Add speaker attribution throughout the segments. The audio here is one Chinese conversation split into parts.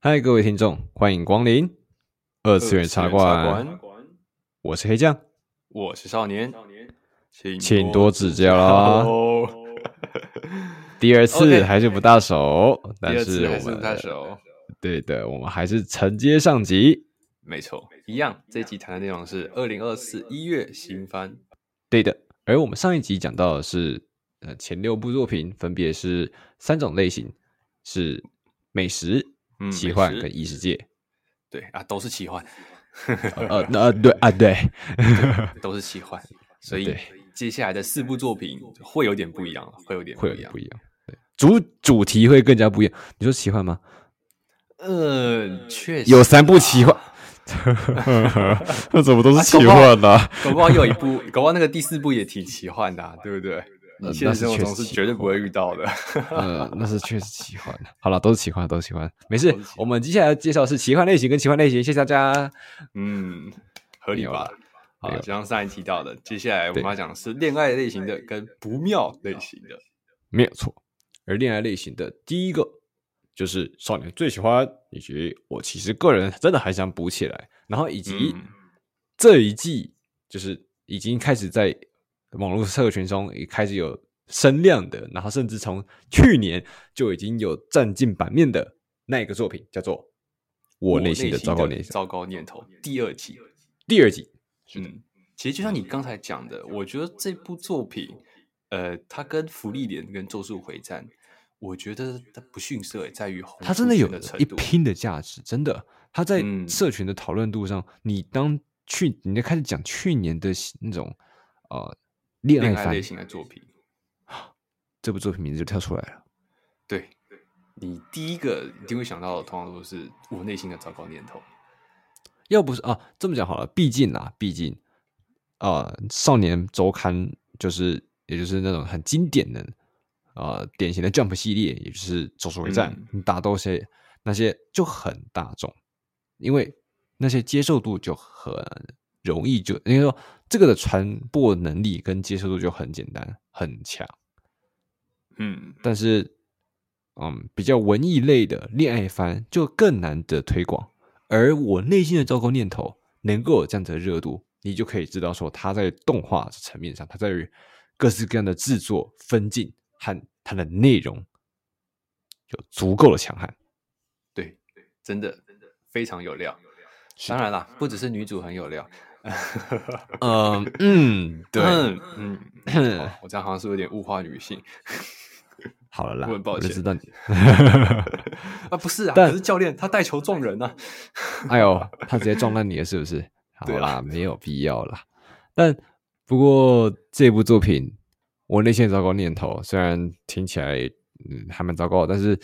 Speaker 1: 嗨，各位听众，欢迎光临二次元茶馆，我是黑酱，
Speaker 2: 我是少年，
Speaker 1: 请多指教啦。
Speaker 2: 哦
Speaker 1: 第二次
Speaker 2: OK
Speaker 1: 还是不大熟，但
Speaker 2: 第
Speaker 1: 是
Speaker 2: 二次还
Speaker 1: 我
Speaker 2: 是
Speaker 1: 们
Speaker 2: 不太熟，
Speaker 1: 对的，我们还是承接上集。
Speaker 2: 没错，一样。这一集谈的内容是二零二四一月新番，
Speaker 1: 对的，而我们上一集讲到的是，呃，前六部作品分别是三种类型，是美食、
Speaker 2: 嗯
Speaker 1: 奇
Speaker 2: 美
Speaker 1: 幻
Speaker 2: 食
Speaker 1: 跟异世界。
Speaker 2: 对啊，都是 奇幻，
Speaker 1: 呃，那呃对啊对，
Speaker 2: 都是奇幻，所以
Speaker 1: 对
Speaker 2: 接下来的四部作品会有点不一样了，会有点
Speaker 1: 会有
Speaker 2: 一
Speaker 1: 点
Speaker 2: 样
Speaker 1: 不。一样。对主主题会更加不一样。你说奇幻 吗？
Speaker 2: 嗯，确实
Speaker 1: 有三部奇幻
Speaker 2: 啊，
Speaker 1: 那怎么都是
Speaker 2: 啊奇幻
Speaker 1: 呢、
Speaker 2: 搞不好有一部， 搞不好那个第四部也挺奇幻的、啊，对不对？
Speaker 1: 呃
Speaker 2: 你现实生
Speaker 1: 那是
Speaker 2: 活
Speaker 1: 确
Speaker 2: 中
Speaker 1: 实
Speaker 2: 是
Speaker 1: 奇
Speaker 2: 绝对不会遇到的。
Speaker 1: 呃，那是确实奇幻的。好了，都是奇幻，都是奇幻，没事
Speaker 2: 都是奇。幻
Speaker 1: 我们接下来介绍是奇幻类型跟奇幻类型，谢谢大家。
Speaker 2: 嗯，合理
Speaker 1: 没有
Speaker 2: 吧
Speaker 1: 了？
Speaker 2: 好
Speaker 1: 没，有
Speaker 2: 就像上一提到的，接下来我
Speaker 1: 对
Speaker 2: 们要讲的是恋爱类型的跟不妙类型的。
Speaker 1: 没有错。而恋爱类型的第一个就是少年最喜欢，以及我其实个人真的很想补起来，然后以及
Speaker 2: 嗯
Speaker 1: 这一季就是已经开始在网络社群中也开始有声量的，然后甚至从去年就已经有占尽版面的那一个作品，叫做《我内心的糟糕念想》
Speaker 2: 糟糕念头第二季。
Speaker 1: 第二季。
Speaker 2: 嗯，其实就像你刚才讲的，我觉得这部作品，呃，它跟《福利莲》跟《咒术回战》，我觉得它不逊色欸，在于红
Speaker 1: 它
Speaker 2: 出
Speaker 1: 真的
Speaker 2: 现
Speaker 1: 有
Speaker 2: 的程
Speaker 1: 一
Speaker 2: 度。
Speaker 1: 拼的价值，真的。它在
Speaker 2: 嗯
Speaker 1: 社群的讨论度上，你当去你在开始讲去年的那种呃恋爱
Speaker 2: 恋爱
Speaker 1: 番
Speaker 2: 类，型的作品，
Speaker 1: 这部作品名字就跳出来了。
Speaker 2: 对你第一个一定会想到的，通常都是我内心的糟糕念头。
Speaker 1: 要不是啊，这么讲好了，毕竟啊，毕竟啊，少年周刊就是也就是那种很经典的呃典型的 Jump 系列，也就是《咒术回战》打斗些那些就很大众，因为那些接受度就很容易就应该说这个的传播能力跟接受度就很简单很强，
Speaker 2: 嗯，
Speaker 1: 但是嗯比较文艺类的恋爱番就更难得推广，而我内心的糟糕念头能够有这样子的热度，你就可以知道说它在动画层面上，它在于各式各样的制作分镜和它的内容有足够的强 悍。
Speaker 2: 对，真的真的非常有料。当然啦，不只是嗯女主很有料。
Speaker 1: 嗯嗯，
Speaker 2: 嗯嗯，哦我这样好像是有点物化女性
Speaker 1: 好了啦，
Speaker 2: 我很抱
Speaker 1: 就
Speaker 2: 歉
Speaker 1: 知道你。
Speaker 2: 啊，不是啊，
Speaker 1: 但
Speaker 2: 可是教练他带球撞人啊。
Speaker 1: 哎呦，他直接撞烂你了，是不 是？好
Speaker 2: 对
Speaker 1: 啦，
Speaker 2: 啦
Speaker 1: 没有必要啦。但不过这部作品，我内心的糟糕念头虽然听起来嗯还蛮糟糕的，但是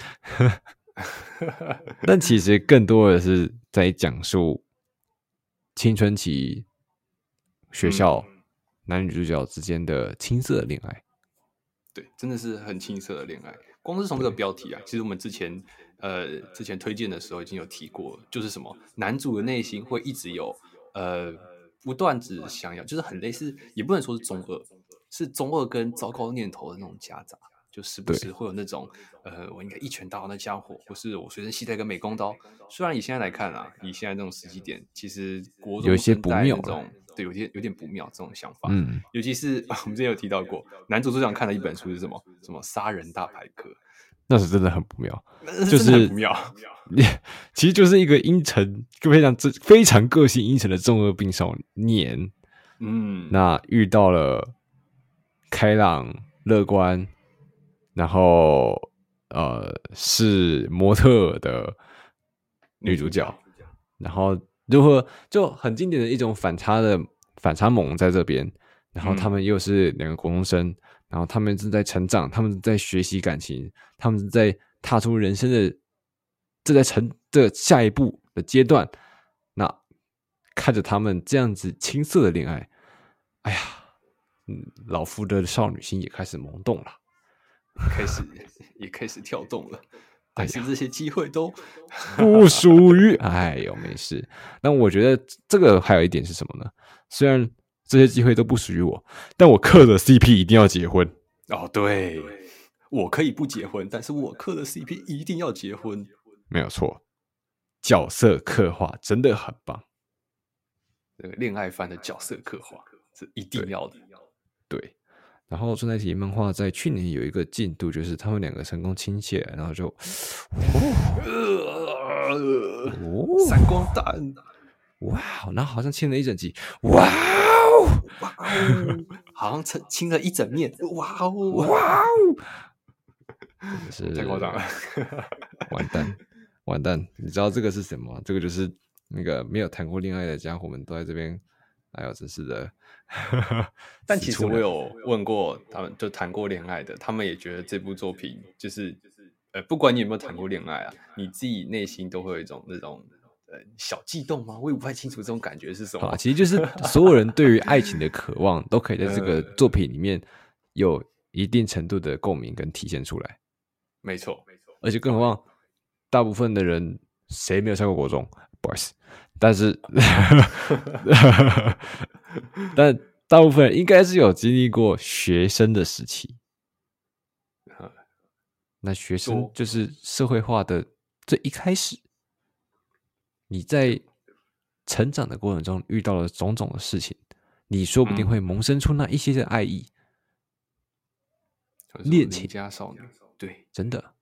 Speaker 1: 但其实更多的是在讲述青春期学校男女主角之间的青涩恋爱。
Speaker 2: 对，真的是很青涩的恋爱。光是从这个标题啊，其实我们之前呃之前推荐的时候已经有提过，就是什么男主的内心会一直有呃不断只想要，就是很类似，也不能说是中二，是中二跟糟糕念头的那种夹杂，就时不
Speaker 1: 对
Speaker 2: 时会有那种呃我应该一拳打倒那家伙，或是我随身携带一个美工刀。虽然以现在来看啊，以现在这种时机点，其实国中
Speaker 1: 有一些
Speaker 2: 生
Speaker 1: 不
Speaker 2: 带那
Speaker 1: 妙了
Speaker 2: 种对，有些有点不妙这种想法。
Speaker 1: 嗯，
Speaker 2: 尤其是 我们之前有提到过，男主最想看的一本书是什么？什么杀人大牌课，
Speaker 1: 那是真的很不妙。
Speaker 2: 那
Speaker 1: 就
Speaker 2: 真的很
Speaker 1: 是
Speaker 2: 不妙。
Speaker 1: 其实就是一个阴沉、就非常非常个性阴沉的中二病少年，
Speaker 2: 嗯，
Speaker 1: 那遇到了开朗、乐观，然后呃是模特的女主角，然后如何就很经典的一种反差的反差萌在这边，然后他
Speaker 2: 嗯
Speaker 1: 们又是两个国中生，然后他们正在成长，他们在学习感情，他们在踏出人生的正在成的下一步的阶段，那看着他们这样子青涩的恋爱，哎呀，嗯，老夫的少女心也开始萌动了。
Speaker 2: 开始也开始跳动了，
Speaker 1: 哎
Speaker 2: 但是这些机会都
Speaker 1: 不属于。 哎呦，没事。那我觉得这个还有一点是什么呢？虽然这些机会都不属于我，但我克的 CP 一定要结婚。
Speaker 2: 哦，对，我可以不结婚，但是我磕的 CP 一定要结婚。
Speaker 1: 没有错。角色刻画真的很棒。
Speaker 2: 这个恋爱番的角色刻画是一定要的。
Speaker 1: 对，然后春代体漫画在去年有一个进度，就是他们两个成功亲起来，然后就
Speaker 2: 呃
Speaker 1: 哦
Speaker 2: 闪光弹，
Speaker 1: 哇，然后好像亲了一整集，哇哦
Speaker 2: 哇哦，好像亲亲了一整面，哇哦，
Speaker 1: 哇哦，真的是
Speaker 2: 太夸张了，
Speaker 1: 完蛋，完蛋！你知道这个是什么？这个就是那个没有谈过恋爱的家伙们都在这边，哎呦，真是的。
Speaker 2: 但
Speaker 1: 死
Speaker 2: 其实
Speaker 1: 出
Speaker 2: 我
Speaker 1: 来
Speaker 2: 有问过他们，就谈过恋爱的，他们也觉得这部作品就是，呃，不管你有没有谈过恋爱啊，你自己内心都会有一种那种呃小悸动吗？我也不太清楚这种感觉是什
Speaker 1: 好啦
Speaker 2: 么。
Speaker 1: 啊其实就是所有人对于爱情的渴望，都可以在这个
Speaker 2: 呃
Speaker 1: 作品里面有一定程度的共鸣跟体现出来。
Speaker 2: 没错，
Speaker 1: 而且更何况，大部分的人谁没有上过国中？不好意思，但是，但大部分人应该是有经历过学生的时期。那学生
Speaker 2: 多
Speaker 1: 就是社会化的最一开始，你在成长的过程中遇到了种种的事情，你说不定
Speaker 2: 嗯
Speaker 1: 会萌生出那一些的爱意，
Speaker 2: 就是
Speaker 1: 恋
Speaker 2: 邻
Speaker 1: 情
Speaker 2: 家少女，对
Speaker 1: 真的，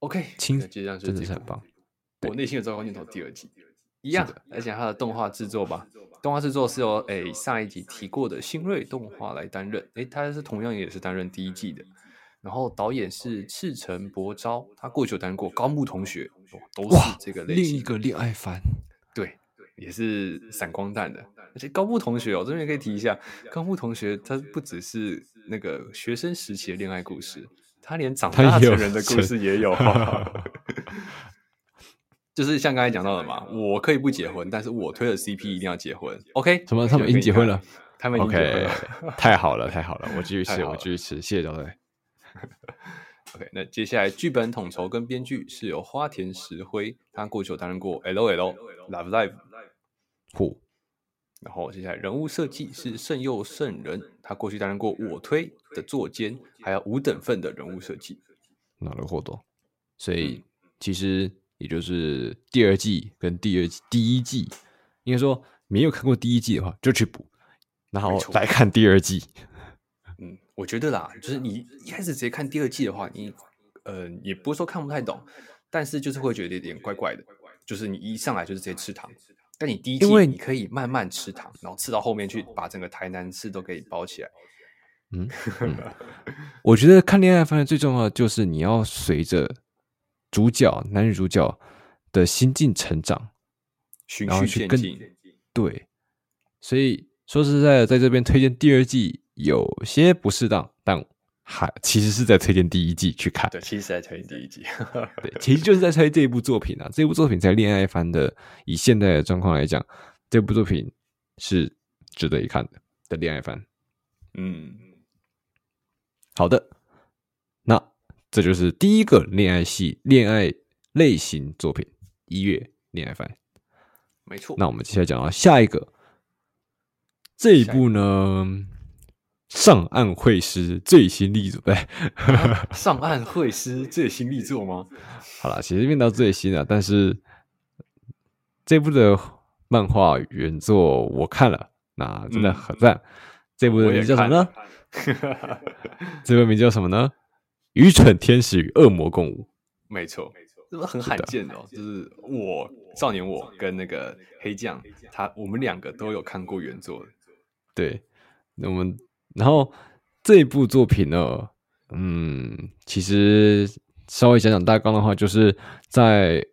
Speaker 2: ，OK，
Speaker 1: 亲
Speaker 2: 那就这样就
Speaker 1: 真的
Speaker 2: 这
Speaker 1: 是很
Speaker 2: 部
Speaker 1: 棒。
Speaker 2: 我内心的糟糕念头第二集一样
Speaker 1: 是的，
Speaker 2: 来讲它的动画制作吧。动画制作是由诶、上一集提过的新锐动画来担任，诶、他是同样也是担任第一季的。然后导演是赤城博昭，他过去有担任过高木同学，哦都是
Speaker 1: 哇
Speaker 2: 这个类
Speaker 1: 另
Speaker 2: 型
Speaker 1: 一
Speaker 2: 的。
Speaker 1: 个恋爱 番，
Speaker 2: 对，也是闪光弹的。而且高木同学哦，这边可以提一下，高木同学他不只是那个学生时期的恋爱故事，他连长
Speaker 1: 他
Speaker 2: 大
Speaker 1: 也有
Speaker 2: 成人的故
Speaker 1: 成
Speaker 2: 事也 有。就是像刚才讲到的嘛，我可以不结婚，但是我推了 CP 一定要结婚。OK，
Speaker 1: 什么他们已经结婚了，
Speaker 2: 他们已经结婚
Speaker 1: OK，
Speaker 2: 了。
Speaker 1: 太好了，太好了，我继续
Speaker 2: 太
Speaker 1: 吃，
Speaker 2: 好
Speaker 1: 我
Speaker 2: 了
Speaker 1: 继续吃，谢谢招待。
Speaker 2: OK，那接下来剧本统筹跟编剧是由花田石灰，他过去有担任过 LOL Love Live。
Speaker 1: 虎
Speaker 2: 然后接下来人物设计是圣佑圣人，他过去担任过我推的作监，还有五等份的人物设计。
Speaker 1: 拿了货多，所以其实也就是第二季跟第二季第一季，应该说没有看过第一季的话就去补，然后
Speaker 2: 没错
Speaker 1: 来看第二季。
Speaker 2: 嗯，我觉得啦，就是你一开始直接看第二季的话，你呃也不是说看不太懂，但是就是会觉得有点怪怪的，就是你一上来就是直接吃糖。但你第一季
Speaker 1: 因为
Speaker 2: 你可以慢慢吃糖，然后吃到后面去把整个台南市都给包起来。
Speaker 1: 我觉得看恋爱番的最重要的就是你要随着主角男女主角的心境成长，
Speaker 2: 循
Speaker 1: 然后
Speaker 2: 序
Speaker 1: 去
Speaker 2: 渐
Speaker 1: 跟
Speaker 2: 进。
Speaker 1: 对，所以说实在的，在这边推荐第二季有些不适当，但还其实是在推荐第一季去看。
Speaker 2: 对，其实才推第一集。
Speaker 1: 对，其实就是在推这一部作品啊。这部作品在恋爱番的以现在的状况来讲，这部作品是值得一看的的恋爱番。
Speaker 2: 嗯，
Speaker 1: 好的，那这就是第一个恋爱系恋爱类型作品《一月恋爱番》。
Speaker 2: 没错。
Speaker 1: 那我们接下来讲到下一个，这一部呢，上岸会师最新力哎作，对，
Speaker 2: 上岸会师最新力作吗？
Speaker 1: 好了，其实变到最新了，但是这部的漫画原作我看了，那真的很赞。这部的
Speaker 2: 嗯我
Speaker 1: 名
Speaker 2: 也
Speaker 1: 叫什么
Speaker 2: 看
Speaker 1: 呢
Speaker 2: 了？
Speaker 1: 这部名叫什么呢？愚蠢天使与恶魔共舞。
Speaker 2: 没错，这是很罕见的、哦，就是我少年我跟那个黑酱，他我们两个都有看过原作的，
Speaker 1: 对，那我们然后这一部作品呢，嗯，其实稍微讲讲大纲的话，就是在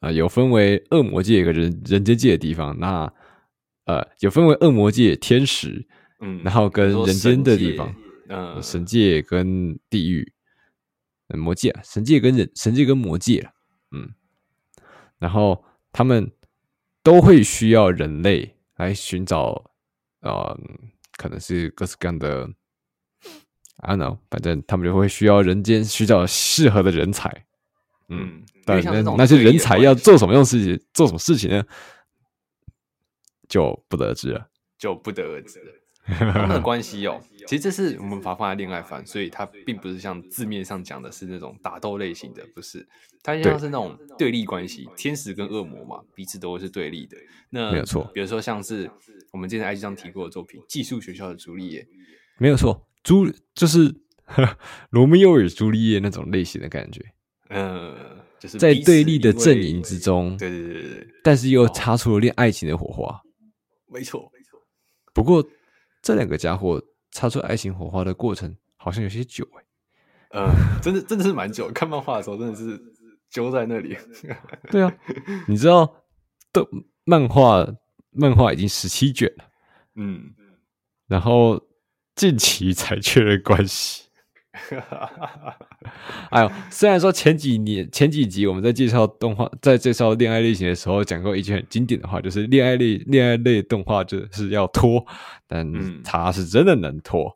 Speaker 1: 呃有分为恶魔界和人人间界的地方，那呃有分为恶魔界、天使，
Speaker 2: 嗯，
Speaker 1: 然后跟
Speaker 2: 比如说
Speaker 1: 人间的地方
Speaker 2: 神界，嗯，
Speaker 1: 神界跟地狱，呃魔界啊，神界跟人，神界跟魔界啊嗯，然后他们都会需要人类来寻找，呃，可能是各式各样的，I don't know，反正他们就会需要人间寻找适合的人才，嗯，
Speaker 2: 嗯，
Speaker 1: 但
Speaker 2: 有点像
Speaker 1: 那
Speaker 2: 种
Speaker 1: 那些
Speaker 2: 对立的
Speaker 1: 人才
Speaker 2: 关
Speaker 1: 要
Speaker 2: 系
Speaker 1: 做什么样的事情，做什么事情呢，就不得而知了。
Speaker 2: 就不得而知了。他们的关系哦，其实这是我们把它放在恋爱番，所以它并不是像字面上讲的是那种打斗类型的，不是，它像是那种对立关系，天使跟恶魔嘛，彼此都是对立的。那
Speaker 1: 没有错
Speaker 2: 比如说像是我们之前 IG 上提过的作品《寄宿学校的朱丽叶》，
Speaker 1: 没有错，朱就是 呵罗密欧与朱丽叶那种类型的感觉，
Speaker 2: 呃，就是
Speaker 1: 在
Speaker 2: 彼此
Speaker 1: 对立的
Speaker 2: 因为
Speaker 1: 阵营之中，
Speaker 2: 对对对对对，
Speaker 1: 但是又擦出了恋爱情的火花。
Speaker 2: 没错，没错，
Speaker 1: 不过这两个家伙擦出爱情火花的过程好像有些久哎、
Speaker 2: 呃，真的真的是蛮久，看漫画的时候真的是揪在那里。
Speaker 1: 对啊，你知道的漫画漫画已经十七卷了，
Speaker 2: 嗯，
Speaker 1: 然后近期才确认关系。哎呦，虽然说前几年前几集我们在介绍动画，在介绍恋爱类型的时候讲过一句很经典的话，就是恋爱类恋爱类动画就是要拖，但
Speaker 2: 嗯
Speaker 1: 他是真的能拖。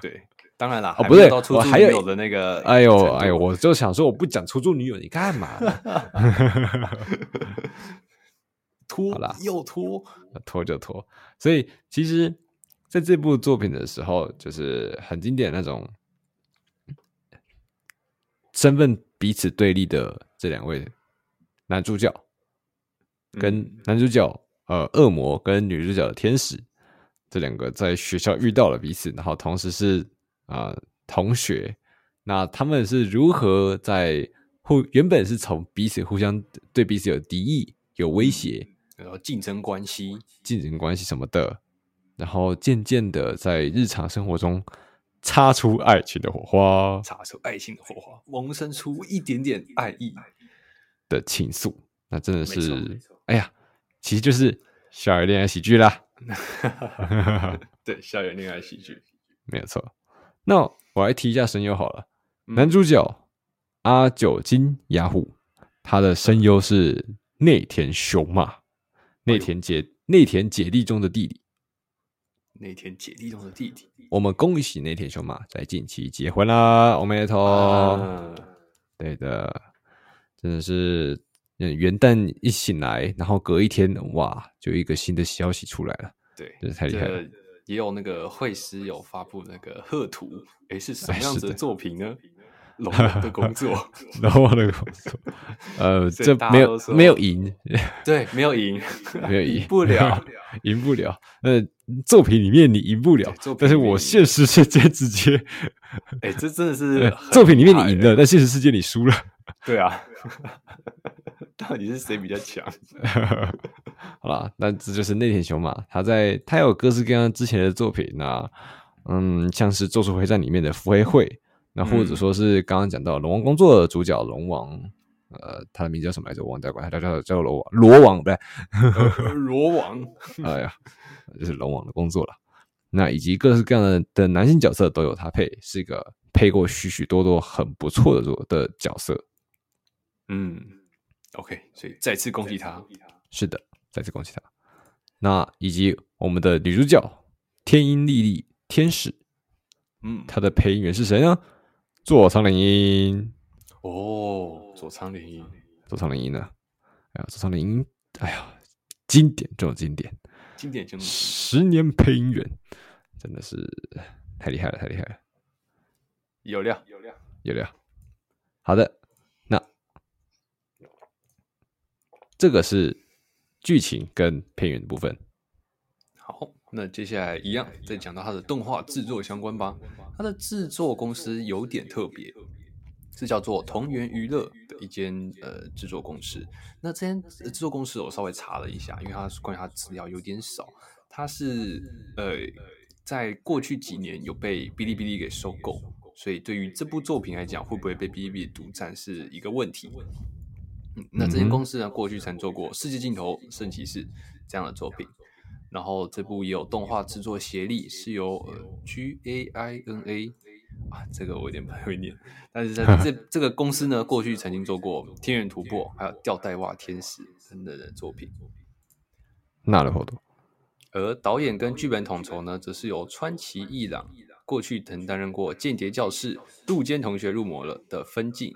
Speaker 2: 对，当然啦，
Speaker 1: 哦
Speaker 2: 还
Speaker 1: 不
Speaker 2: 没有
Speaker 1: 对
Speaker 2: 到出
Speaker 1: 我
Speaker 2: 租
Speaker 1: 还
Speaker 2: 女
Speaker 1: 有
Speaker 2: 友的那个，
Speaker 1: 哎呦 哎呦，，我就想说我不讲出租女友，你干嘛呢？
Speaker 2: 拖
Speaker 1: 好啦
Speaker 2: 又拖，
Speaker 1: 拖就拖。所以其实在这部作品的时候，就是很经典的那种身份彼此对立的这两位男主角跟
Speaker 2: 嗯
Speaker 1: 男主角、呃恶魔跟女主角的天使这两个在学校遇到了彼此，然后同时是啊、呃同学，那他们是如何在互原本是从彼此互相对彼此有敌意、有威胁，
Speaker 2: 然后竞争关系，
Speaker 1: 竞争关系什么的，然后渐渐的在日常生活中擦出爱情的火花
Speaker 2: 擦出爱情的火花，萌生出一点点爱意。
Speaker 1: 的情愫，那真的
Speaker 2: 没错没
Speaker 1: 是
Speaker 2: 错，
Speaker 1: 哎呀，其实就是校园恋爱喜剧啦，
Speaker 2: 对，校园恋爱喜剧，
Speaker 1: 没有错。那我来提一下声优好了，
Speaker 2: 嗯
Speaker 1: 男主角阿九金雅虎，他的声优是内田雄马，
Speaker 2: 哎
Speaker 1: 内田姐内田姐弟中的弟弟。
Speaker 2: 那天姐弟中的弟弟。
Speaker 1: 我们恭喜内田雄马在近期结婚啦！我们也头。
Speaker 2: 啊，
Speaker 1: 对的，真的是，嗯，元旦一醒来，然后隔一天，哇，就一个新的消息出来了，
Speaker 2: 对，
Speaker 1: 真的太厉害了。
Speaker 2: 这也有那个绘师有发布那个贺图，诶，是什么
Speaker 1: 哎
Speaker 2: 样
Speaker 1: 是
Speaker 2: 子的
Speaker 1: 的
Speaker 2: 作 品呢？龙人的工作，
Speaker 1: 然后我的工作， 呃，
Speaker 2: 所以
Speaker 1: 这
Speaker 2: 大家
Speaker 1: 没
Speaker 2: 都
Speaker 1: 有
Speaker 2: 说
Speaker 1: 没有赢，
Speaker 2: 对，没有赢，
Speaker 1: 没有赢
Speaker 2: 不了。
Speaker 1: 赢不了。呃，作品里面你赢不了
Speaker 2: 对作，品
Speaker 1: 但是
Speaker 2: 里面
Speaker 1: 我
Speaker 2: 赢
Speaker 1: 现实世界直 接，
Speaker 2: 哎、这真的是
Speaker 1: 呃
Speaker 2: 很
Speaker 1: 作品里面
Speaker 2: 厉害
Speaker 1: 你赢
Speaker 2: 欸
Speaker 1: 了，但现实世界你输了。
Speaker 2: 对啊， 到底是谁比较 强？
Speaker 1: 好啦，那这就是内田雄马，他在他有各式各样之前的作品那嗯，像是《咒术回战》里面的伏黑会，那或者
Speaker 2: 嗯
Speaker 1: 说是刚刚讲到《龙王工作》的主角龙王，呃，他的名字叫什么来着？我忘记了，管他叫叫罗王，罗王不对，
Speaker 2: 罗王，
Speaker 1: 哎呀，就是龙王的工作了。那以及各式各样的的男性角色都有他配，是一个配过许许多多很不错的作的角色。
Speaker 2: 嗯，OK，所以再次恭喜他，
Speaker 1: 是的，再次恭喜他。那以及我们的女主角天音莉莉天使，
Speaker 2: 嗯，
Speaker 1: 她的配音员是谁呢？佐仓绫音，
Speaker 2: 哦，佐仓绫音，
Speaker 1: 佐仓绫音呢？哎呀，佐仓绫音，哎呀，经典这种经典，
Speaker 2: 经典节目，
Speaker 1: 十年配音员，真的是太厉害了，太厉害了，
Speaker 2: 有料，有料，
Speaker 1: 有料。好的，那这个是剧情跟配音员的部分。
Speaker 2: 好，那接下来一样再讲到它的动画制作相关吧。它的制作公司有点特别，是叫做同源娱乐的一间呃制作公司。那这间呃制作公司我稍微查了一下，因为它关于它资料有点少。它是呃在过去几年有被哔哩哔哩给收购，所以对于这部作品来讲，会不会被哔哩哔哩独占是一个问题。嗯，那这
Speaker 1: 嗯
Speaker 2: 间
Speaker 1: 哼
Speaker 2: 公司呢，过去曾做过《世界尽头圣骑士》这样的作品，然后这部也有动画制作协力，是由呃 G A I N A 啊，这个我有点不会念，但是在这这个公司呢，过去曾经做过《天元突破》还有《吊带袜天使》等等的作品，
Speaker 1: 那的活动，
Speaker 2: 而导演跟剧本统筹呢，则是由川崎一朗，过去曾担任过《间谍教室》《渡间同学入魔了》的分镜。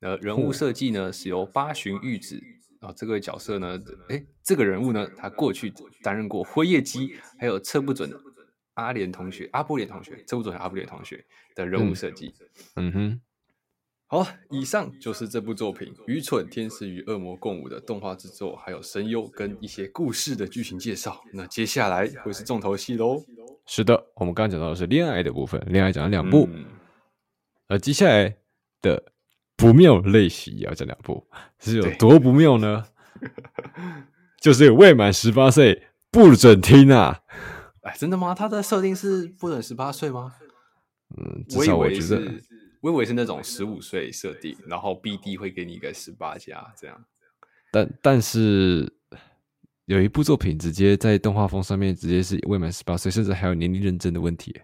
Speaker 2: 呃，人物设计呢是由八旬玉子、啊、这个角色呢，哎，这个人物呢，他过去担任过辉夜姬，还有测不准的阿莲同学、阿波莲同学、测不准的阿波莲同学的人物
Speaker 1: 嗯
Speaker 2: 设计。
Speaker 1: 嗯哼，
Speaker 2: 好，以上就是这部作品《愚蠢天使与恶魔共舞》的动画制作，还有声优跟一些故事的剧情介绍。那接下来会是重头戏喽，
Speaker 1: 是的，我们刚刚讲到的是恋爱的部分，恋爱讲了两部，
Speaker 2: 嗯
Speaker 1: 而接下来的不妙类型也要讲两部，是有
Speaker 2: 对
Speaker 1: 多不妙呢？就是未满十八岁不准听啊！
Speaker 2: 哎，真的吗？它的设定是不准十八岁吗？
Speaker 1: 嗯，至
Speaker 2: 我以
Speaker 1: 少我
Speaker 2: 为
Speaker 1: 觉得
Speaker 2: 是，我以为是那种十五岁设定，然后 BD 会给你一个十八加这样。
Speaker 1: 但但是有一部作品直接在动画风上面直接是未满十八岁，甚至还有年龄认证的问题。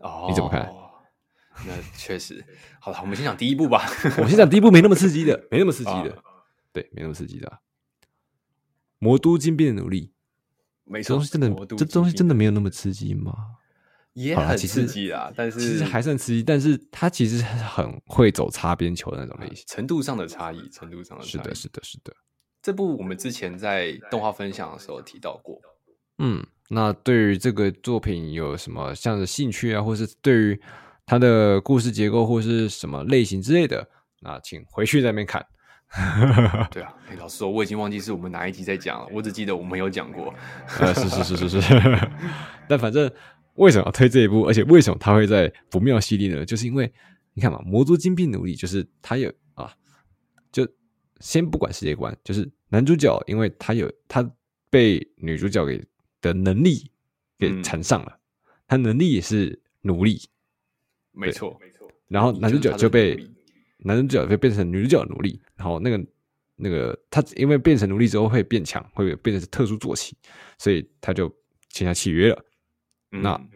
Speaker 2: 哦，
Speaker 1: 你怎么看？
Speaker 2: 那确实，好了，我们先讲第一部吧。
Speaker 1: 我先讲第一部没那么刺激的，没那么刺激的
Speaker 2: 啊，
Speaker 1: 对，没那么刺激的、啊。魔都金变的奴隶，
Speaker 2: 没
Speaker 1: 这
Speaker 2: 错，
Speaker 1: 东西真的
Speaker 2: 魔都，
Speaker 1: 这东西
Speaker 2: 精兵
Speaker 1: 真的没有那么刺激吗？
Speaker 2: 也
Speaker 1: 好啦
Speaker 2: 很
Speaker 1: 其
Speaker 2: 刺
Speaker 1: 实
Speaker 2: 激啦，但是
Speaker 1: 其实还算刺激，但是它其实很会走擦边球的那种类型。
Speaker 2: 程度上的差异，程度上的差异
Speaker 1: 是的，是的，是的。
Speaker 2: 这部我们之前在动画分享的时候提到过，
Speaker 1: 嗯，那对于这个作品有什么像的兴趣啊，或是对于它的故事结构或是什么类型之类的，那请回去那边看。
Speaker 2: 对啊，哎，老实说，我已经忘记是我们哪一集在讲了，我只记得我们有讲过。
Speaker 1: 呃，是是是是 是，但反正为什么要推这一部，而且为什么它会在不妙系列呢？就是因为你看嘛，《魔族金币奴隶》就是它有啊，就先不管世界观，就是男主角，因为他有他被女主角给的能力给
Speaker 2: 嗯
Speaker 1: 缠上了，他能力也是奴隶，
Speaker 2: 没错，没错。
Speaker 1: 然后
Speaker 2: 你
Speaker 1: 男
Speaker 2: 就
Speaker 1: 主
Speaker 2: 是
Speaker 1: 角
Speaker 2: 他的
Speaker 1: 就被
Speaker 2: 奴隶
Speaker 1: 男主角被变成女主角的奴隶，然后那个那个他因为变成奴隶之后会变强，会变成特殊坐骑，所以他就签下契约了，那
Speaker 2: 嗯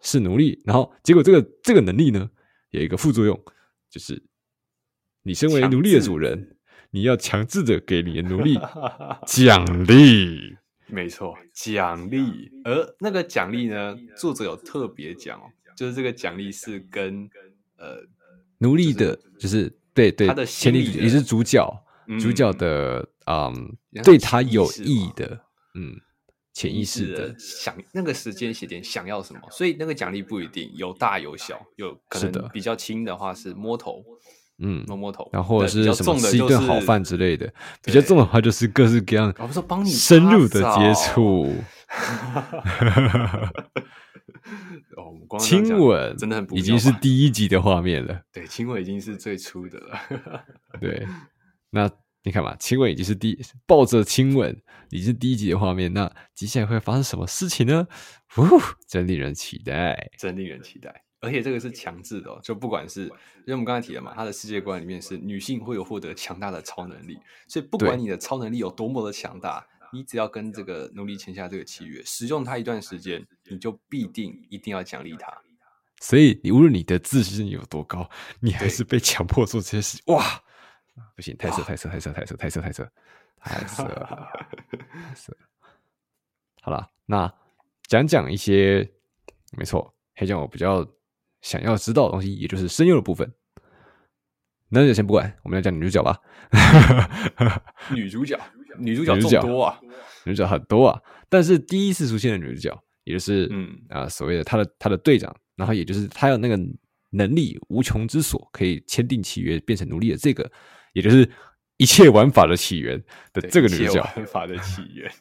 Speaker 1: 是奴隶。然后结果这个这个能力呢，有一个副作用，就是你身为
Speaker 2: 强
Speaker 1: 奴隶的
Speaker 2: 制
Speaker 1: 主人，你要强制的给你的奴 隶奖励。
Speaker 2: 没错，奖励。而那个奖励呢，作者有特别讲哦，就是这个奖励是跟呃
Speaker 1: 奴隶的，就是对对，
Speaker 2: 他的
Speaker 1: 前
Speaker 2: 心
Speaker 1: 提
Speaker 2: 理
Speaker 1: 主
Speaker 2: 的
Speaker 1: 也是主角，主角
Speaker 2: 嗯
Speaker 1: 的嗯
Speaker 2: 你，看
Speaker 1: 对
Speaker 2: 潜
Speaker 1: 他
Speaker 2: 意
Speaker 1: 有
Speaker 2: 识
Speaker 1: 益
Speaker 2: 嘛
Speaker 1: 的，嗯，潜意识的，
Speaker 2: 想那个时间写点想要什么，所以那个奖励不一定有大有小，有可
Speaker 1: 是的
Speaker 2: 能比较轻的话是摸头，
Speaker 1: 嗯，
Speaker 2: 摸摸头，
Speaker 1: 然后或者
Speaker 2: 哦
Speaker 1: 是
Speaker 2: 对比较
Speaker 1: 什么
Speaker 2: 重的
Speaker 1: 吃一
Speaker 2: 就
Speaker 1: 顿好饭之
Speaker 2: 是
Speaker 1: 类的，比较重的话就是各式各样
Speaker 2: 我不是说帮你
Speaker 1: 深入的
Speaker 2: 擦
Speaker 1: 接
Speaker 2: 澡
Speaker 1: 触，
Speaker 2: 哦，我们光这
Speaker 1: 亲
Speaker 2: 样讲
Speaker 1: 吻，
Speaker 2: 真的很不
Speaker 1: 已经
Speaker 2: 妙
Speaker 1: 是
Speaker 2: 吧
Speaker 1: 第一集的画面了。
Speaker 2: 对亲吻已经是最初的了，
Speaker 1: 对，那你看嘛，亲吻已经是第抱着亲吻已经是第一集的画面，那接下来会发生什么事情呢？呜，真令人期待。
Speaker 2: 真令人期待。而且这个是强制的、哦，就不管是因为我们刚才提了嘛，他的世界观里面是女性会有获得强大的超能力，所以不
Speaker 1: 对
Speaker 2: 管你的超能力有多么的强大，你只要跟这个奴隶签下这个契约，使用它一段时间，你就必定一定要奖励他。
Speaker 1: 所以，你无论你的自信有多高，你还是被强迫做这些事。哇，不行，太色，
Speaker 2: 哇
Speaker 1: 太色，太色，太色，太色，太色，太色了，太色了。好了，那讲讲一些，没错，黑酱我比较想要知道的东西，也就是声优的部分。那就先不管，我们来讲女主角吧。
Speaker 2: 女主角，女主角
Speaker 1: 女主
Speaker 2: 众
Speaker 1: 角
Speaker 2: 多啊，
Speaker 1: 女主角很多啊，但是第一次出现的女主角，也就是嗯
Speaker 2: 嗯
Speaker 1: 啊、所谓的她的她的队长，然后也就是她有那个能力无穷之所，可以签订契约变成奴隶的这个，也就是一切玩法的起源的
Speaker 2: 对
Speaker 1: 这个女主角，
Speaker 2: 玩法的起源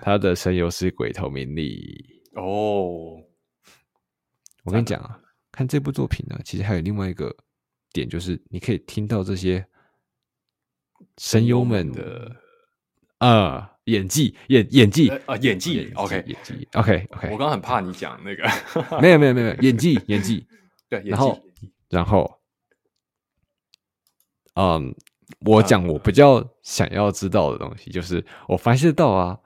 Speaker 1: 她的声优是鬼头明利。
Speaker 2: 哦，
Speaker 1: 我跟你讲啊，看这部作品呢，其实还有另外一个点，就是你可以听到这些声优们的呃演技演演技
Speaker 2: 呃啊演技，OK
Speaker 1: 演技 OK OK，
Speaker 2: 我刚刚很怕你讲 那个，
Speaker 1: 没有没有没有没有演技演技，
Speaker 2: 对， 演技
Speaker 1: 然后然后，嗯，我讲我比较想要知道的东西，就是我发现到啊，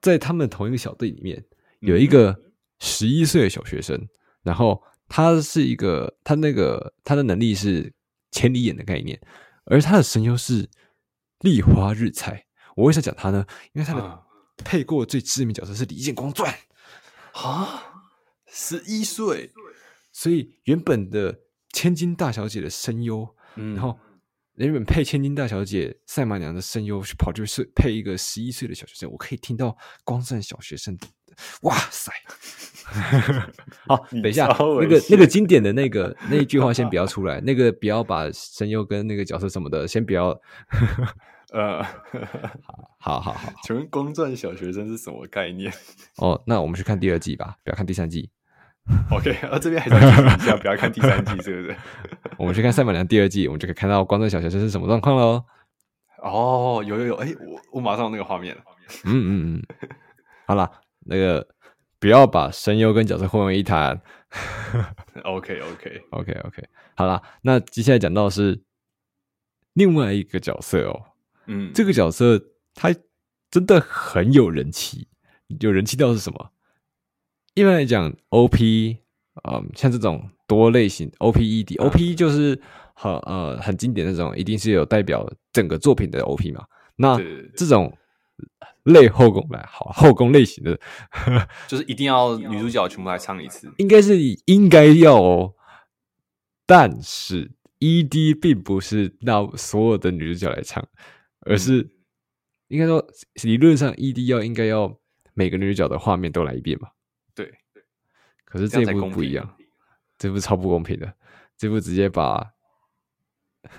Speaker 1: 在他们同一个小队里面有一个十一岁的小学生，然后他是一个他那个他的能力是千里眼的概念，而他的声优是立花日菜。我为啥讲他呢？因为他的
Speaker 2: 啊
Speaker 1: 配过最知名角色是《李建光传》。
Speaker 2: 啊，十一岁，
Speaker 1: 所以原本的千金大小姐的声优，
Speaker 2: 嗯
Speaker 1: 然后人本配千金大小姐赛马娘的声优去跑去是配一个十一岁的小学生，我可以听到光线小学生，哇塞！好，等一下，
Speaker 3: 你超
Speaker 1: 那
Speaker 3: 猥
Speaker 1: 个那个
Speaker 3: 亵
Speaker 1: 经典的那个那一句话先不要出来，那个不要把声优跟那个角色什么的先不要，
Speaker 3: 呃，
Speaker 1: 好好好
Speaker 3: 请问光钻小学生是什么概念
Speaker 1: 哦，那我们去看第二季吧，不要看第三季，
Speaker 3: ？OK，啊， 这边还是要提醒一下，不要看第三季，是不是？
Speaker 1: 我们去看赛马娘第二季，我们就可以看到光线小学生是什么状况喽。
Speaker 3: 哦，有有有，哎、我我马上有那个画面了。
Speaker 1: 嗯嗯嗯，好啦，那个不要把声优跟角色混为一谈。
Speaker 3: OK OK，
Speaker 1: OK OK，好啦，那接下来讲到的是另外一个角色哦，
Speaker 3: 嗯，
Speaker 1: 这个角色他真的很有人气，有人气到是什么？一般来讲，OP，嗯，像这种多类型 E OPED、OP 就是很呃很经典那种，一定是有代表整个作品的 OP 嘛。那
Speaker 3: 对对对
Speaker 1: 这种类后宫来好后宫类型的，
Speaker 2: 就是一定要女主角全部来唱一次。
Speaker 1: 应该是应该要哦，但是 ED 并不是让所有的女主角来唱，
Speaker 2: 嗯
Speaker 1: 而是应该说理论上 ED 要应该要每个女主角的画面都来一遍嘛。
Speaker 3: 对，
Speaker 1: 可是
Speaker 2: 这
Speaker 1: 这
Speaker 2: 样
Speaker 1: 一
Speaker 2: 才
Speaker 1: 部
Speaker 2: 公
Speaker 1: 不一
Speaker 2: 平
Speaker 1: 样，这部超不公平的，这部直接把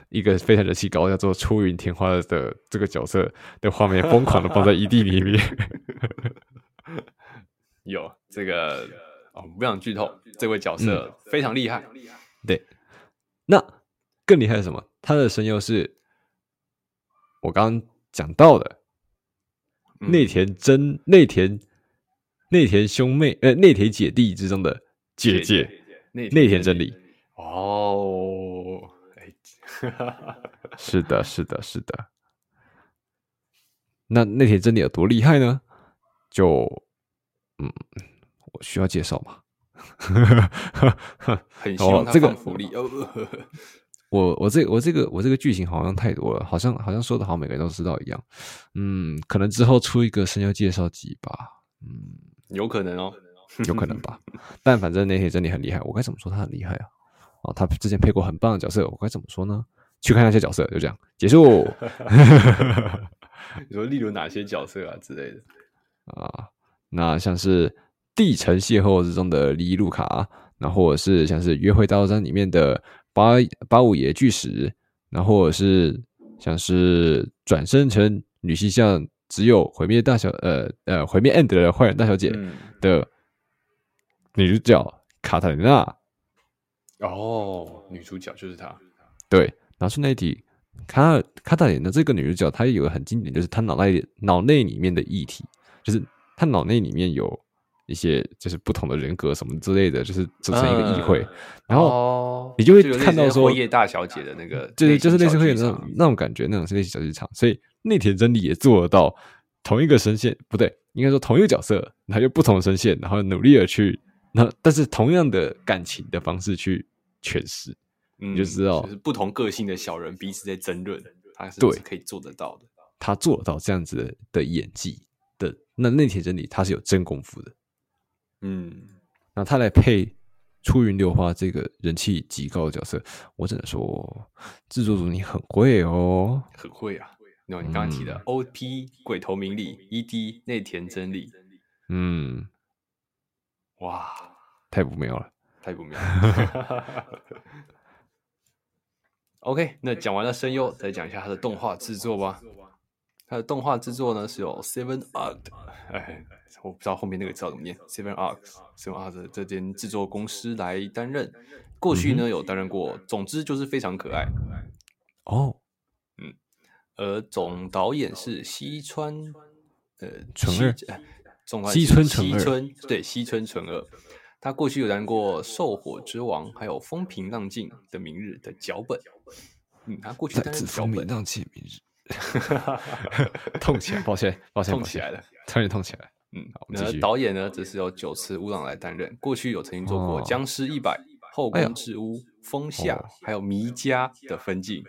Speaker 1: 一个非常人气高叫做出云天花的这个角色的画面疯狂的放在 ED 里面。
Speaker 3: 有
Speaker 2: 这个哦，我不想剧透，这位角色
Speaker 1: 嗯
Speaker 2: 非常厉害，
Speaker 1: 那更厉害的是什么？他的声优是我刚刚讲到的
Speaker 3: 嗯
Speaker 1: 内田真内田内田兄妹呃内田姐弟之中的姐姐
Speaker 3: 内
Speaker 1: 内田真理。
Speaker 3: 哦，哎、
Speaker 1: 是的，是的，是的。那内田真理有多厉害呢？就嗯，我需要介绍吗？
Speaker 2: 很希望
Speaker 1: 哦
Speaker 2: 他
Speaker 1: 这个
Speaker 2: 放福利。哦， 呵呵
Speaker 1: 我我这我这个我这个剧情好像太多了，好像好像说的好像每个人都知道一样。嗯，可能之后出一个声优介绍集吧。嗯，
Speaker 2: 有可能 哦。
Speaker 1: 有可能吧。但反正那天真的很厉害，我该怎么说他很厉害啊？哦，他之前配过很棒的角色，我该怎么说呢？去看那些角色，就这样结束
Speaker 3: 你说例如哪些角色啊之类的？
Speaker 1: 啊。那像是《地城邂逅》之中的黎路卡，然后或者是像是《约会大作战》里面的八八五爷巨石，然后或者是像是转身成女性向只有毁灭大小呃呃毁灭 end 的坏人大小姐
Speaker 3: 嗯，
Speaker 1: 的女主角卡塔琳娜。
Speaker 3: 哦，女主角就是她。
Speaker 1: 对，拿出那一题，卡尔卡塔琳的这个女主角，她有个很经典，就是她脑袋里脑内里面的议题，就是她脑内里面有一些就是不同的人格什么之类的，就是组成一个议会，
Speaker 3: 嗯
Speaker 1: 然后
Speaker 3: 哦，
Speaker 1: 你就会
Speaker 2: 就有类
Speaker 1: 看
Speaker 2: 似
Speaker 1: 到
Speaker 2: 像
Speaker 1: 说
Speaker 2: 辉，夜大小姐的那个，
Speaker 1: 对对，就是类似会有那
Speaker 2: 那
Speaker 1: 种那种感觉，那种是类似小剧场，所以内田真理也做得到同一个声线，不对，应该说同一个角色，然后又不同的声线，然后努力的去，那但是同样的感情的方式去诠释，
Speaker 3: 你
Speaker 1: 你就知道
Speaker 2: 嗯就是不同个性的小人彼此在争论，他是
Speaker 1: 对
Speaker 2: 是可以做得到的。
Speaker 1: 他做得到这样子的的演技的，那内田真理他是有真功夫的。
Speaker 3: 嗯，
Speaker 1: 那他来配出云流花这个人气极高的角色，我只能说制作组你很会哦。
Speaker 3: 很会啊。
Speaker 2: 那你刚刚提的
Speaker 1: 嗯
Speaker 2: OP 鬼头明里、ED 内田真理，
Speaker 1: 嗯，
Speaker 3: 哇，
Speaker 1: 太不妙了。
Speaker 2: 太不妙了。OK，那讲完了声优，再讲一下它的动画制作吧。它的动画制作呢是由 Seven Art，哎，我不知道后面那个字要怎么念，Seven Art，Seven Art 的这间制作公司来担任。过去呢有担任过，总之就是非常可爱。
Speaker 1: 哦，
Speaker 2: 而总导演是西川，呃，
Speaker 1: 纯
Speaker 2: 西
Speaker 1: 二
Speaker 2: 哎总导演
Speaker 1: 西
Speaker 2: 是
Speaker 1: 村纯
Speaker 2: 西
Speaker 1: 二
Speaker 2: 村对西村纯二，他过去有担任过《兽火之王》还有《风平浪静的明日》的脚本。嗯，他过去
Speaker 1: 再
Speaker 2: 担任
Speaker 1: 次
Speaker 2: 脚
Speaker 1: 风鸣
Speaker 2: 本，
Speaker 1: 让见明日，痛起来，抱歉，抱歉，
Speaker 2: 痛
Speaker 1: 抱歉
Speaker 2: 起来了，
Speaker 1: 突然痛起来。
Speaker 2: 嗯
Speaker 1: 好，我们
Speaker 2: 那
Speaker 1: 继续
Speaker 2: 导演呢，这是由九次乌朗来担任，过去有曾经做过
Speaker 1: 哦
Speaker 2: 《僵尸一百》《后
Speaker 1: 哎呀
Speaker 2: 宫之屋》《风下
Speaker 1: 哦》
Speaker 2: 还有《迷家》的分镜。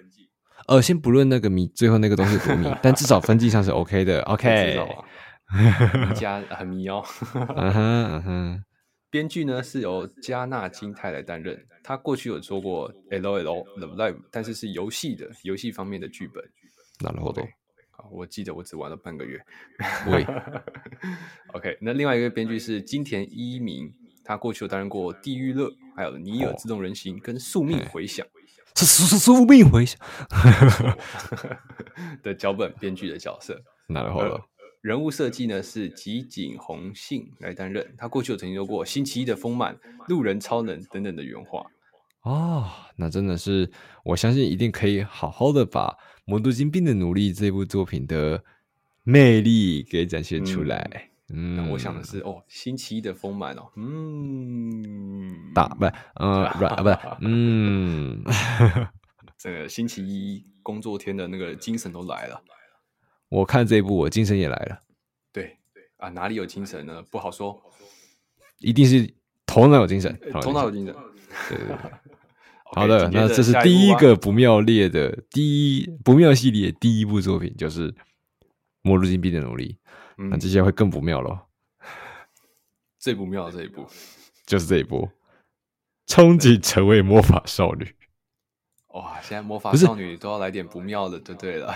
Speaker 1: 呃，先不论那个迷，最后那个东西多迷，但至少分镜上是 OK 的。
Speaker 2: 我知
Speaker 1: OK，
Speaker 2: 道啊，迷家很迷哦。
Speaker 1: 嗯哼嗯哼，
Speaker 2: 编剧呢是由加纳金泰来担任，他过去有做过 L O L Love Live，但是是游戏的游戏方面的剧本。
Speaker 1: なるほど。
Speaker 2: 啊，我记得我只玩了半个 月。
Speaker 1: 喂，
Speaker 2: OK，那另外一个编剧是金田一明，他过去有担任过《地狱乐》、还有《尼尔：自动人形》跟《宿命回响
Speaker 1: 这是是宿命回响。》
Speaker 2: 的脚本编剧的角色。
Speaker 1: なるほど。
Speaker 2: 人物设计呢是吉井宏信来担任，他过去有曾经做过《星期一的丰满》《路人超能》等等的原画。
Speaker 1: 哦，那真的是，我相信一定可以好好的把《魔都精兵的努力》这部作品的魅力给展现出
Speaker 2: 嗯
Speaker 1: 来。嗯，
Speaker 2: 那我想的是，哦，《星期一的丰满》哦，嗯，
Speaker 1: 打不是，呃，软啊，不是，嗯，
Speaker 2: 这个星期一工作天的那个精神都来了。
Speaker 1: 我看这一部，我精神也来了，
Speaker 2: 对啊，哪里有精神呢？不好说，
Speaker 1: 一定是头脑有精神
Speaker 2: 呃，
Speaker 1: 有
Speaker 2: 头
Speaker 1: 精
Speaker 2: 脑有
Speaker 1: 神
Speaker 2: 精神。
Speaker 1: 对对 对。
Speaker 2: OK，
Speaker 1: 好的，
Speaker 2: 紧接
Speaker 1: 那
Speaker 2: 着
Speaker 1: 这是
Speaker 2: 下一
Speaker 1: 第一
Speaker 2: 部啊
Speaker 1: 个不妙列的第一不妙系列第一部作品，就是《末日金币的努力》。那
Speaker 2: 嗯，
Speaker 1: 接下来会更不妙了，
Speaker 2: 最不妙的这一步
Speaker 1: 就是这一部《
Speaker 2: 嗯
Speaker 1: 憧憬成为魔法少女》。
Speaker 2: 哇！现在魔法
Speaker 1: 不是
Speaker 2: 少女都要来点不妙的，就对了。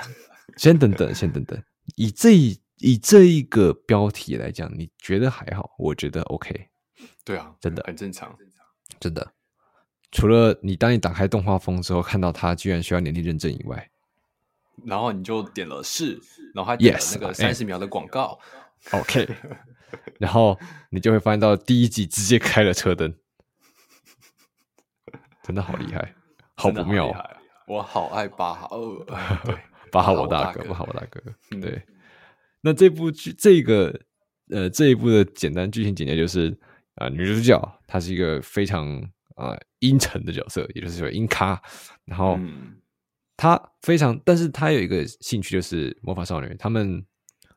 Speaker 1: 先等等，先等等。以这一以这一个标题来讲，你觉得还好？我觉得 OK，
Speaker 2: 对啊，
Speaker 1: 真的
Speaker 2: 很正常。
Speaker 1: 真的。除了你当你打开动画风之后，看到它居然需要年龄认证以外，
Speaker 2: 然后你就点了是，然后还点了
Speaker 1: Yes，
Speaker 2: 那个
Speaker 1: 哎
Speaker 2: 三十秒的广告。
Speaker 1: OK，然后你就会发现到第一集直接开了车灯，真的好厉害，好
Speaker 2: 真
Speaker 1: 不
Speaker 2: 的
Speaker 1: 妙
Speaker 2: 厉害
Speaker 1: 哦，
Speaker 2: 啊！我好爱 巴哈哦，对，
Speaker 1: 巴哈
Speaker 2: 巴哈
Speaker 1: 我
Speaker 2: 我
Speaker 1: 大
Speaker 2: 大
Speaker 1: 哥，
Speaker 2: 哥
Speaker 1: 巴哈我大哥，
Speaker 2: 嗯
Speaker 1: 对。那这部剧这个呃这一部的简单剧情简介就是啊、呃女主角她是一个非常啊、呃阴沉的角色，也就是说阴咖，然后。
Speaker 2: 嗯，
Speaker 1: 他非常，但是他有一个兴趣就是魔法少女，他们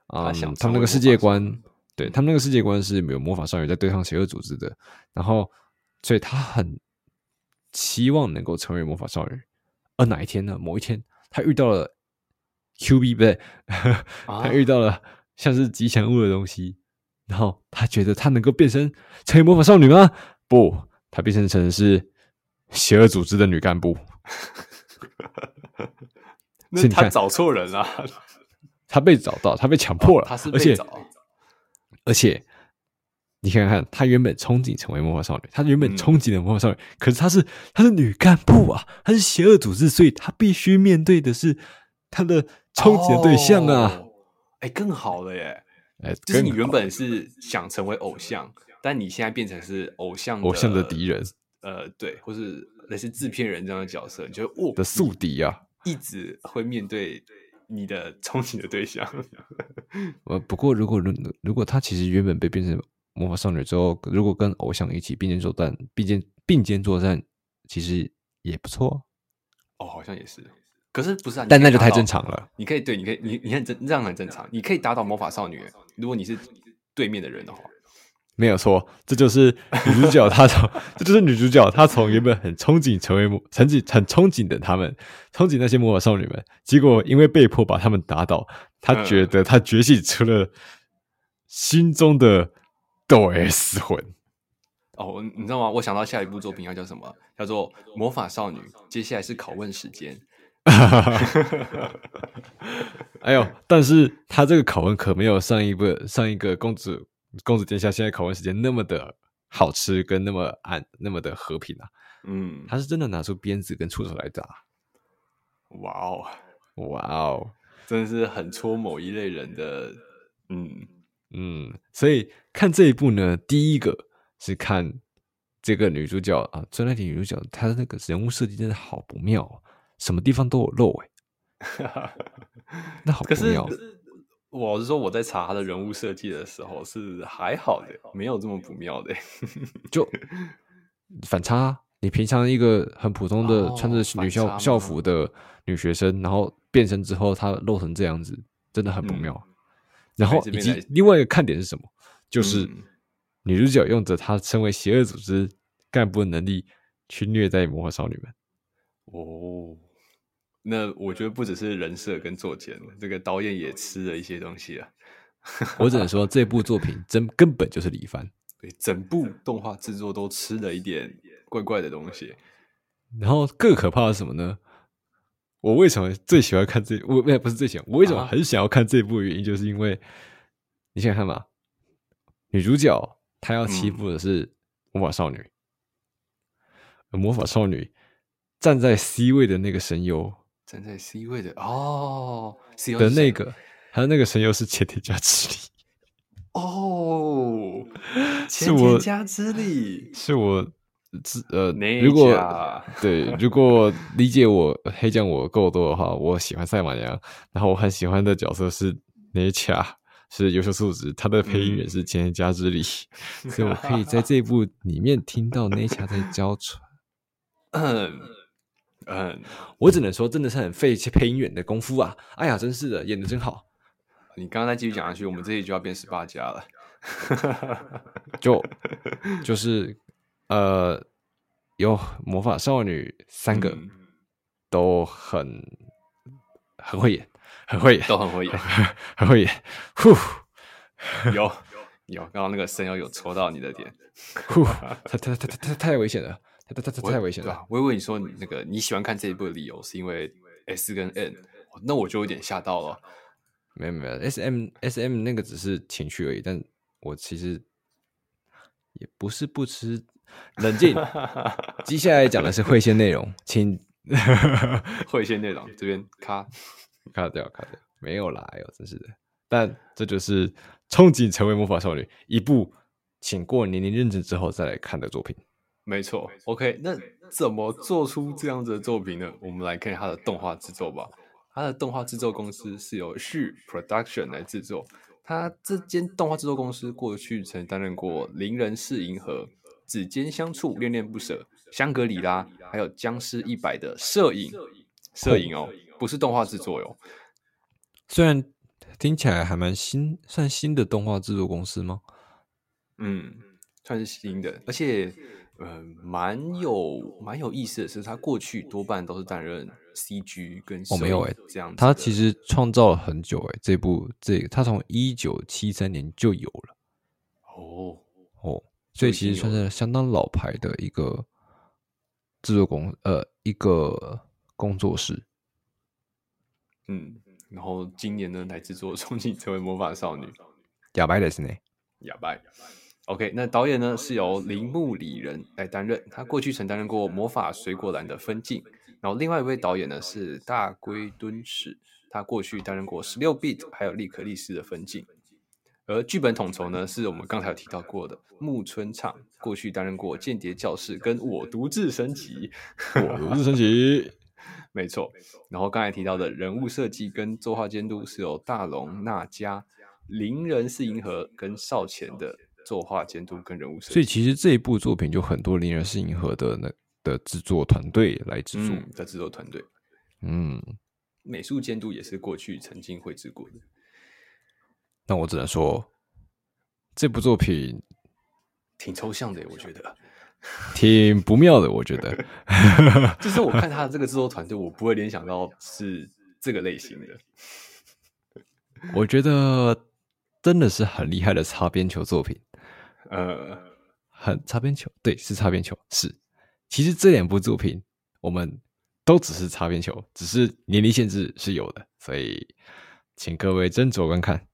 Speaker 1: 啊、
Speaker 2: 他想
Speaker 1: 他
Speaker 2: 成
Speaker 1: 们那
Speaker 2: 为魔
Speaker 1: 个世
Speaker 2: 法
Speaker 1: 界
Speaker 2: 少
Speaker 1: 观
Speaker 2: 女，
Speaker 1: 对他们那个世界观是有魔法少女在对抗邪恶组织的，然后所以他很期望能够成为魔法少女，而哪一天呢？某一天他遇到了 Q B 不对，
Speaker 2: 啊
Speaker 1: 他遇到了像是吉祥物的东西，然后他觉得他能够变身成为魔法少女吗？不，他变身成是邪恶组织的女干部。
Speaker 2: 那
Speaker 1: 所以你
Speaker 2: 他
Speaker 1: 看
Speaker 2: 找错人了，
Speaker 1: 他被找到，他被强迫了，
Speaker 2: 哦他是
Speaker 1: 而
Speaker 2: 被
Speaker 1: 且
Speaker 2: 找，
Speaker 1: 而且，你看看，他原本憧憬成为魔法少女，他原本
Speaker 2: 嗯
Speaker 1: 憧憬的魔法少女，可是她是她是女干部啊，她是邪恶组织，所以她必须面对的是她的憧憬的对象啊。
Speaker 2: 哦。哎，更好了耶！
Speaker 1: 哎、
Speaker 2: 就是
Speaker 1: 跟
Speaker 2: 你原本是想成为偶像，但你现在变成是偶像
Speaker 1: 偶像的敌人
Speaker 2: 呃，对，或是类似制片人这样的角色，你就哦，
Speaker 1: 的宿敌啊。
Speaker 2: 一直会面对你的憧憬的对象。
Speaker 1: 呃，不过如果如如果她其实原本被变成魔法少女之后，如果跟偶像一起并肩作战，并肩并肩作战，其实也不错，啊
Speaker 2: 哦，好像也是，可是不是啊？你
Speaker 1: 但
Speaker 2: 可以
Speaker 1: 那就
Speaker 2: 达
Speaker 1: 太
Speaker 2: 到
Speaker 1: 正常了。
Speaker 2: 你可以对，你可以，你你很正，这样很正常。你可以打倒魔法少女，如果你是对面的人的话。
Speaker 1: 没有错，这就是女主角她从， 这就是女主角她从原本很憧憬成为魔，曾经很憧憬的他们，憧憬那些魔法少女们，结果因为被迫把他们打倒，她
Speaker 2: 嗯
Speaker 1: 觉得她觉醒出了心中的斗 S 魂，
Speaker 2: 哦，你知道吗？我想到下一部作品要叫什么？叫做《魔法少女》。接下来是拷问时间。
Speaker 1: 哎呦！但是她这个拷问可没有上一部上一个公主公主殿下现在拷问时间那么的好吃跟那么安那么的和平啊，
Speaker 2: 嗯，
Speaker 1: 她是真的拿出鞭子跟触手来打，
Speaker 2: 哇哦，
Speaker 1: 哇哦！
Speaker 2: 真的是很戳某一类人的。嗯，
Speaker 1: 嗯，所以看这一部呢，第一个是看这个女主角啊，专奈里女主角她那个人物设计真的好不妙、哦，什么地方都有漏哎、那好不
Speaker 2: 可是
Speaker 1: 妙。
Speaker 2: 我是说我在查他的人物设计的时候是还好的，没有这么不妙的。
Speaker 1: 反差啊。你平常一个很普通的
Speaker 2: 哦
Speaker 1: 穿着女
Speaker 2: 反差
Speaker 1: 校
Speaker 2: 吗
Speaker 1: 校服的女学生，然后变身之后她露成这样子，真的很不妙。
Speaker 2: 嗯
Speaker 1: 然后
Speaker 2: 所以
Speaker 1: 以
Speaker 2: 这边
Speaker 1: 及
Speaker 2: 来
Speaker 1: 另外一个看点是什么？就是
Speaker 2: 嗯
Speaker 1: 女主角用着她身为邪恶组织干部的能力去虐待魔法少女们。
Speaker 2: 哦，那我觉得不只是人设跟作茧，这个导演也吃了一些东西啊。
Speaker 1: 我只能说这部作品真根本就是李帆，
Speaker 2: 对，整部动画制作都吃了一点怪怪的东西。
Speaker 1: 然后更可怕的是什么呢？我为什么最喜欢看这？我不是最喜欢，我为什么
Speaker 2: 啊
Speaker 1: 很想要看这部？原因就是因为你想想看嘛，女主角她要欺负的
Speaker 2: 嗯
Speaker 1: 是魔法少女，而魔法少女站在 C 位的那个神游
Speaker 2: 站在 C 位的哦，C
Speaker 1: 的那
Speaker 2: 那
Speaker 1: 个，她的那个神游是前田家之力。
Speaker 2: 哦，
Speaker 1: 是
Speaker 2: 前
Speaker 1: 我
Speaker 2: 田家之力，
Speaker 1: 是我自呃，
Speaker 2: 内
Speaker 1: 如果
Speaker 2: 甲
Speaker 1: 对如果理解我黑酱我够多的话，我喜欢赛马娘，然后我很喜欢的角色是内卡，是优秀素质，他的配音员是前田加之里，所以我可以在这部里面听到内卡在教传。
Speaker 2: 嗯嗯，
Speaker 1: 我只能说，真的是很费配音员的功夫啊！哎呀，真是的，演的真好。
Speaker 2: 你刚刚再继续讲下去，我们这里就要变十八家了。
Speaker 1: 就就是呃，有魔法少女三个
Speaker 2: 嗯
Speaker 1: 都很很会演，很会演，
Speaker 2: 都很会演，
Speaker 1: 很会演。 呼
Speaker 2: 有有，刚刚那个声优有戳到你的点，
Speaker 1: 呼，太太太太太太危险了，太太太太
Speaker 2: 我
Speaker 1: 太危险
Speaker 2: 对
Speaker 1: 了
Speaker 2: 啊。我以为你说你那个你喜欢看这一部的理由是因为 S 跟 N，哦那我就有点吓到了。
Speaker 1: 没有没有，S M S M 那个只是情绪而已，但我其实也不是不吃。冷 静，接下来讲的是会线内容，请
Speaker 2: 会一些内容这边咔，
Speaker 1: 卡掉，卡掉，没有啦，哎呦，真是的。但这就是憧憬成为魔法少女一部，请过年龄认证之后再来看的作品。
Speaker 2: 没错，OK，那怎么做出这样子的作品呢？我们来看它的动画制作吧。它的动画制作公司是由旭 Production 来制作，它这间动画制作公司过去曾担任过《邻人是银河》《指尖相触》《恋恋不舍》《香格里拉》，还有《僵尸一百》的摄影，摄影哦，不是动画制作哟、
Speaker 1: 虽然听起来还蛮新，算新的动画制作公司吗？
Speaker 2: 嗯，算是新的，而且呃，蛮有蛮有意思的是，他过去多半都是担任 CG 跟
Speaker 1: 哦没有
Speaker 2: 哎
Speaker 1: 欸，
Speaker 2: 这样子的。
Speaker 1: 它其实创造了很久、欸，这部这个它从一九七三年就有了
Speaker 2: 哦，
Speaker 1: 哦，所以
Speaker 2: 就已
Speaker 1: 其
Speaker 2: 经
Speaker 1: 实算
Speaker 2: 有
Speaker 1: 是相当老牌的一个制作公呃一个工作室。
Speaker 2: 嗯，然后今年呢来制作《憧憬成为魔法少女》，
Speaker 1: 哑巴的是呢，
Speaker 2: 哑巴。OK，那导演呢是由铃木里人来担任，他过去曾担任过《魔法水果篮》的分镜，然后另外一位导演呢是大龟敦史，他过去担任过十六 bit 还有利可利斯的分镜，而剧本统筹呢是我们刚才有提到过的木村畅，过去担任过《间谍教室》跟《我独自升级》，
Speaker 1: 我是神奇。
Speaker 2: 没错。然后刚才提到的人物设计跟作画监督是由大龙那加、邻人是银河跟少前的作画监督跟人物设
Speaker 1: 所以
Speaker 2: 计。
Speaker 1: 其实这一部作品就很多林人是银河的那的制作团队来制作，
Speaker 2: 嗯，的制作团队，
Speaker 1: 嗯
Speaker 2: 美术监督也是过去曾经绘制过的。
Speaker 1: 那我只能说这部作品
Speaker 2: 挺抽象的耶，我觉得。
Speaker 1: 挺不妙的，我觉得
Speaker 2: 就是我看他的这个制作团队，我不会联想到是这个类型的。
Speaker 1: 我觉得真的是很厉害的擦边球作品，
Speaker 2: 呃，
Speaker 1: 很擦边球，对，是擦边球，是。其实这两部作品我们都只是擦边球，只是年龄限制是有的，所以请各位斟酌观看。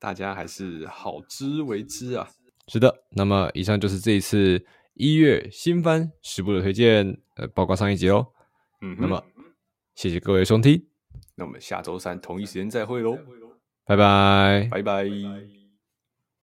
Speaker 2: 大家还是好之为之啊。
Speaker 1: 是的，那么以上就是这一次一月新番十部的推荐，呃，包括上一集喽。
Speaker 2: 嗯哼，
Speaker 1: 那么，谢谢各位收听，
Speaker 2: 那我们下周三同一时间再会喽，
Speaker 1: 拜拜。
Speaker 2: 拜拜